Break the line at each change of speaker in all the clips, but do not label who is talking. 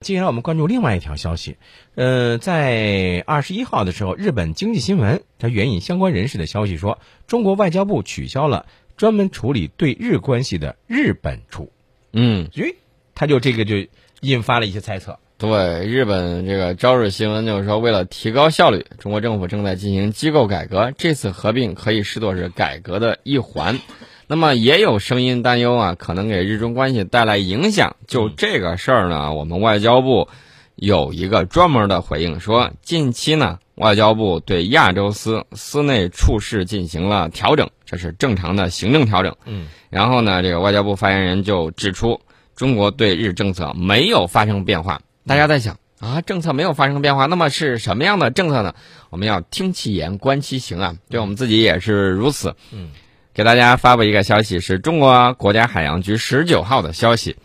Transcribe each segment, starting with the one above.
接下来我们关注另外一条消息，呃，在二十一号的时候，日本经济新闻它援引相关人士的消息说，中国外交部取消了专门处理对日关系的日本处，
嗯，
所以他就这个就引发了一些猜测。
对，日本这个朝日新闻就是说，为了提高效率，中国政府正在进行机构改革，这次合并可以视作是改革的一环。那么也有声音担忧啊，可能给日中关系带来影响。就这个事儿呢，我们外交部有一个专门的回应，说近期呢，外交部对亚洲司司内处事进行了调整，这是正常的行政调整。
嗯，
然后呢，这个外交部发言人就指出，中国对日政策没有发生变化。大家在想啊，政策没有发生变化，那么是什么样的政策呢？我们要听其言，观其行啊，对我们自己也是如此。
嗯，
给大家发布一个消息，是中国国家海洋局十九号的消息。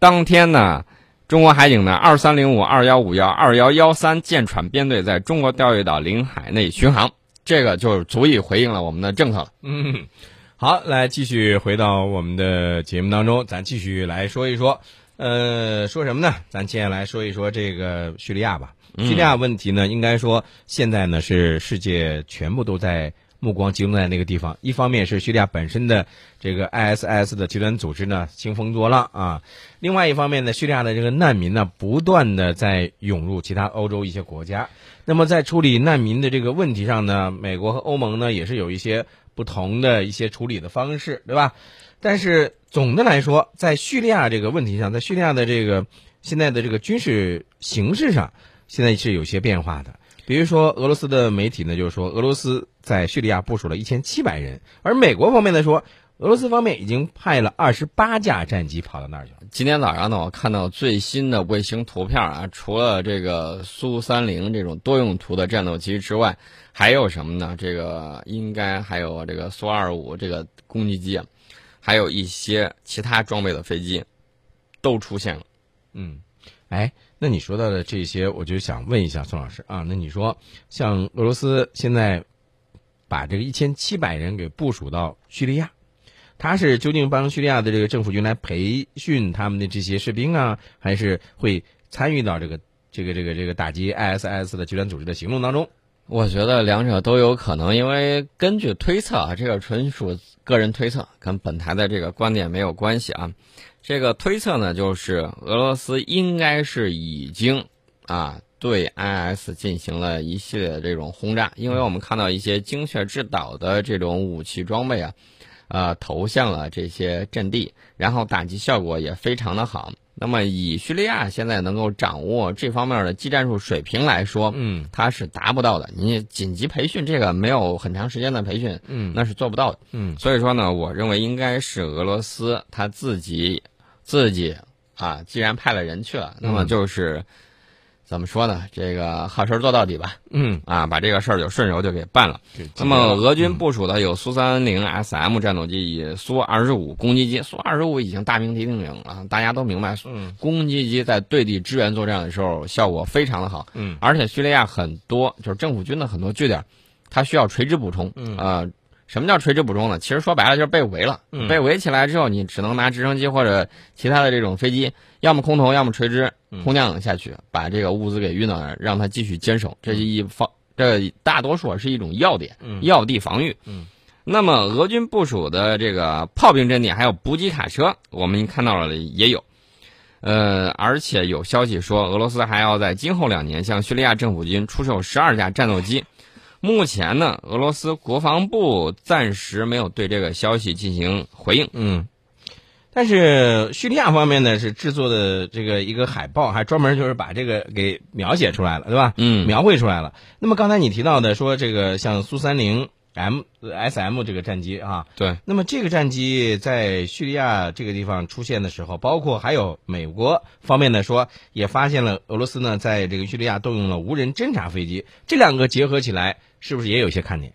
当天呢，中国海警呢二三零五、二幺五幺、二幺幺三舰船编队在中国钓鱼岛领海内巡航，这个就足以回应了我们的政策了。
嗯，好，来继续回到我们的节目当中，咱继续来说一说，呃，说什么呢？咱接下来说一说这个叙利亚吧。叙利亚问题呢，应该说现在呢是世界全部都在目光集中在那个地方。一方面是叙利亚本身的这个 ISIS 的极端组织呢兴风作浪啊，另外一方面呢，叙利亚的这个难民呢不断的在涌入其他欧洲一些国家。那么在处理难民的这个问题上呢，美国和欧盟呢也是有一些不同的一些处理的方式，对吧？但是总的来说，在叙利亚这个问题上，在叙利亚的这个现在的这个军事形势上，现在是有些变化的。比如说，俄罗斯的媒体呢，就是说俄罗斯在叙利亚部署了一千七百人，而美国方面呢说，俄罗斯方面已经派了二十八架战机跑到那儿去了。
今天早上呢，我看到最新的卫星图片啊，除了这个苏三零这种多用途的战斗机之外，还有什么呢？这个应该还有这个苏二五这个攻击机，啊，还有一些其他装备的飞机，都出现了。
嗯，哎，那你说到的这些，我就想问一下宋老师啊，那你说像俄罗斯现在把这个一千七百人给部署到叙利亚，他是究竟帮叙利亚的这个政府军来培训他们的这些士兵啊，还是会参与到这个这个这个这个打击 ISIS 的极端组织的行动当中？
我觉得两者都有可能，因为根据推测啊，这个纯属个人推测，跟本台的这个观点没有关系啊。这个推测呢，就是俄罗斯应该是已经啊对 IS 进行了一系列的这种轰炸，因为我们看到一些精确制导的这种武器装备啊，呃投向了这些阵地，然后打击效果也非常的好。那么以叙利亚现在能够掌握这方面的技战术水平来说，
嗯
它是达不到的。你紧急培训这个没有很长时间的培训，
嗯
那是做不到的。
嗯
所以说呢，我认为应该是俄罗斯他自己自己啊，既然派了人
嗯
去了，那么就是、怎么说呢？这个好事儿做到底吧，
嗯，
啊，把这个事儿就顺手就给办了。
这
那么俄军部署的有苏三零 SM 战斗机、以苏二十五攻击机，苏二十五已经大名鼎鼎了，大家都明白，
嗯
攻击机在对地支援作战的时候效果非常的好。
嗯
而且叙利亚很多就是政府军的很多据点，它需要垂直补充。
嗯
呃，什么叫垂直补充呢？其实说白了就是被围了。
嗯
被围起来之后，你只能拿直升机或者其他的这种飞机，要么空投，要么垂直
嗯
空降下去，把这个物资给运到那儿，让它继续坚守。这是一方，这大多数是一种要点，
嗯
要地防御。
嗯
那么俄军部署的这个炮兵阵地还有补给卡车，我们看到了也有。呃，而且有消息说，俄罗斯还要在今后两年向叙利亚政府军出售十二架战斗机。目前呢，俄罗斯国防部暂时没有对这个消息进行回应。
嗯，但是叙利亚方面呢，是制作的这个一个海报，还专门就是把这个给描写出来了，对吧？
嗯
描绘出来了。那么刚才你提到的说这个像苏三零 M S M 这个战机啊，
对，
那么这个战机在叙利亚这个地方出现的时候，包括还有美国方面呢说，也发现了俄罗斯呢在这个叙利亚动用了无人侦察飞机，这两个结合起来，是不是也有一些看点？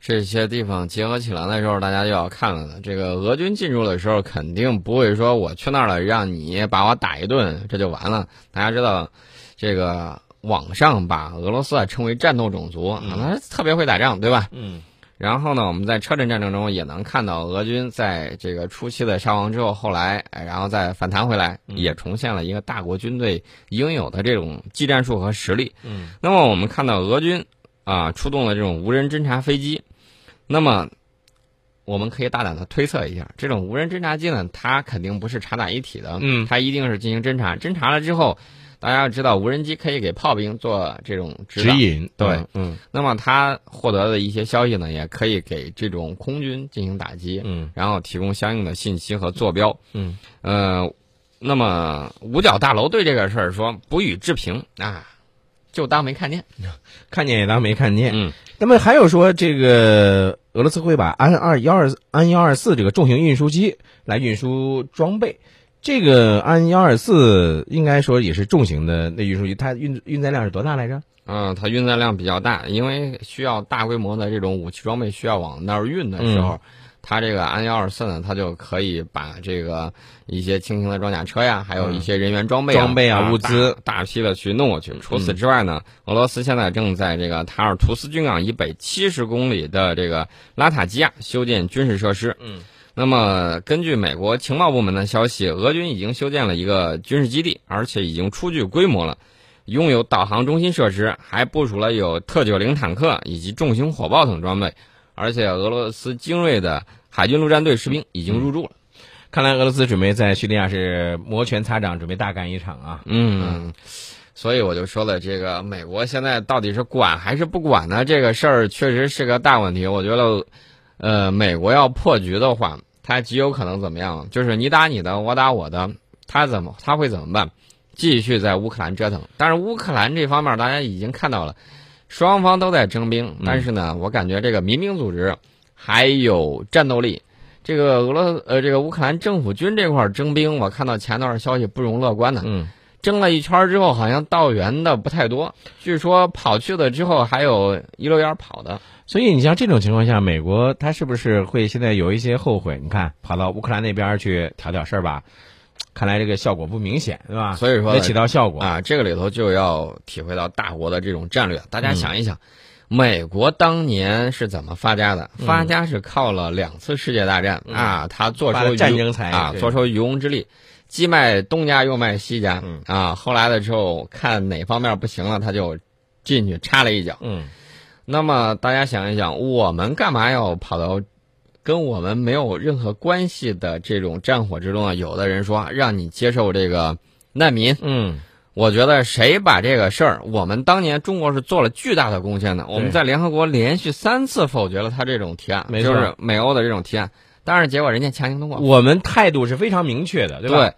这些地方结合起来的时候，大家就要看了呢。这个俄军进入的时候，肯定不会说我去那儿了，让你把我打一顿，这就完了。大家知道，这个网上把俄罗斯啊称为战斗种族，啊，那特别会打仗，对吧？
嗯
然后呢，我们在车震战争中也能看到俄军在这个初期的杀亡之后，后来哎然后再反弹回来，
嗯
也重现了一个大国军队应有的这种技战术和实力。
嗯，
那么我们看到俄军啊出动了这种无人侦察飞机，那么我们可以大胆的推测一下，这种无人侦察机呢，它肯定不是察打一体的，
嗯
它一定是进行侦察，侦察了之后。大家要知道，无人机可以给炮兵做这种指
指
导，
引，
对
嗯，
那么他获得的一些消息呢，也可以给这种空军进行打击，
嗯
然后提供相应的信息和坐标。
嗯
呃，那么五角大楼对这个事儿说不予置评啊，就当没看见。
嗯，看见也当没看见。
嗯，
那么还有说，这个俄罗斯会把安二幺二安幺二四这个重型运输机来运输装备。这个安幺二四应该说也是重型的那运输机，它运运载量是多大来着？
嗯，它运载量比较大，因为需要大规模的这种武器装备需要往那儿运的时候，它这个安幺二四呢，它就可以把这个一些轻型的装甲车呀，还有一些人员装备、
装备啊物资
大大批的去弄过去。除此之外呢，俄罗斯现在正在这个塔尔图斯军港以北七十公里的这个拉塔基亚修建军事设施。
嗯。
那么，根据美国情报部门的消息，俄军已经修建了一个军事基地，而且已经初具规模了。拥有导航中心设施，还部署了有特九零坦克以及重型火炮等装备，而且俄罗斯精锐的海军陆战队士兵已经入驻了。
看来俄罗斯准备在叙利亚是摩拳擦掌，准备大干一场啊！
嗯，所以我就说了，这个美国现在到底是管还是不管呢？这个事儿确实是个大问题。我觉得，呃，美国要破局的话，他极有可能怎么样？就是你打你的，我打我的，他怎么他会怎么办？继续在乌克兰折腾。但是乌克兰这方面，大家已经看到了，双方都在征兵，但是呢，我感觉这个民兵组织还有战斗力。这个俄罗呃，这个乌克兰政府军这块儿征兵，我看到前段消息不容乐观呢。
嗯，
争了一圈儿之后，好像到园的不太多。据说跑去了之后，还有一溜烟儿跑的。
所以你像这种情况下，美国他是不是会现在有一些后悔？你看跑到乌克兰那边去挑挑事儿吧，看来这个效果不明显，对吧？
所以说
啊没起到效果。
啊，这个里头就要体会到大国的这种战略。大
嗯
家想一想，美国当年是怎么发家的？发家是靠了两次世界大战、
嗯
啊，他坐
发了
收
战
渔
争才
啊，
对
坐收渔翁之利，既卖东家又卖西家、
嗯
啊。后来的时候看哪方面不行了，他就进去插了一脚。
嗯，
那么大家想一想，我们干嘛要跑到跟我们没有任何关系的这种战火之中啊？有的人说让你接受这个难民，
嗯，
我觉得谁把这个事儿，我们当年中国是做了巨大的贡献的。我们在联合国连续三次否决了他这种提案，
没错
就是美欧的这种提案，但是结果人家强行通过。
我们态度是非常明确的，对吧？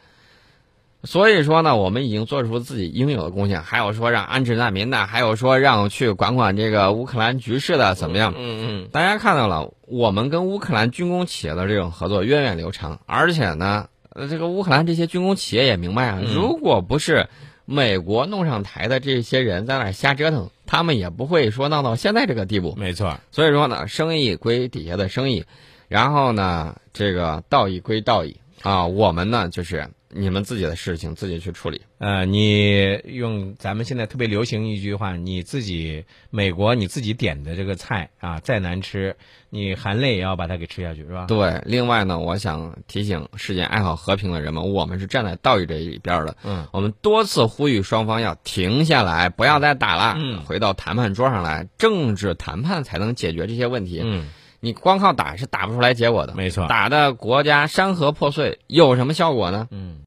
所以说呢，我们已经做出自己应有的贡献。还有说让安置难民的，还有说让去管管这个乌克兰局势的，怎么样？
嗯嗯
大家看到了，我们跟乌克兰军工企业的这种合作源远流长，而且呢，呃，这个乌克兰这些军工企业也明白啊，
嗯
如果不是美国弄上台的这些人在那儿瞎折腾，他们也不会说闹到现在这个地步
嗯，。没错。
所以说呢，生意归底下的生意，然后呢，这个道义归道义啊，我们呢就是你们自己的事情自己去处理。
呃，你用咱们现在特别流行一句话，你自己美国你自己点的这个菜啊，再难吃，你含泪也要把它给吃下去，是吧？
对，另外呢，我想提醒世界爱好和平的人们，我们是站在道义这一边儿的。
嗯，
我们多次呼吁双方要停下来，不要再打了，
嗯
回到谈判桌上来，政治谈判才能解决这些问题。
嗯，
你光靠打是打不出来结果的，
没错。
打的国家山河破碎，有什么效果呢？
嗯。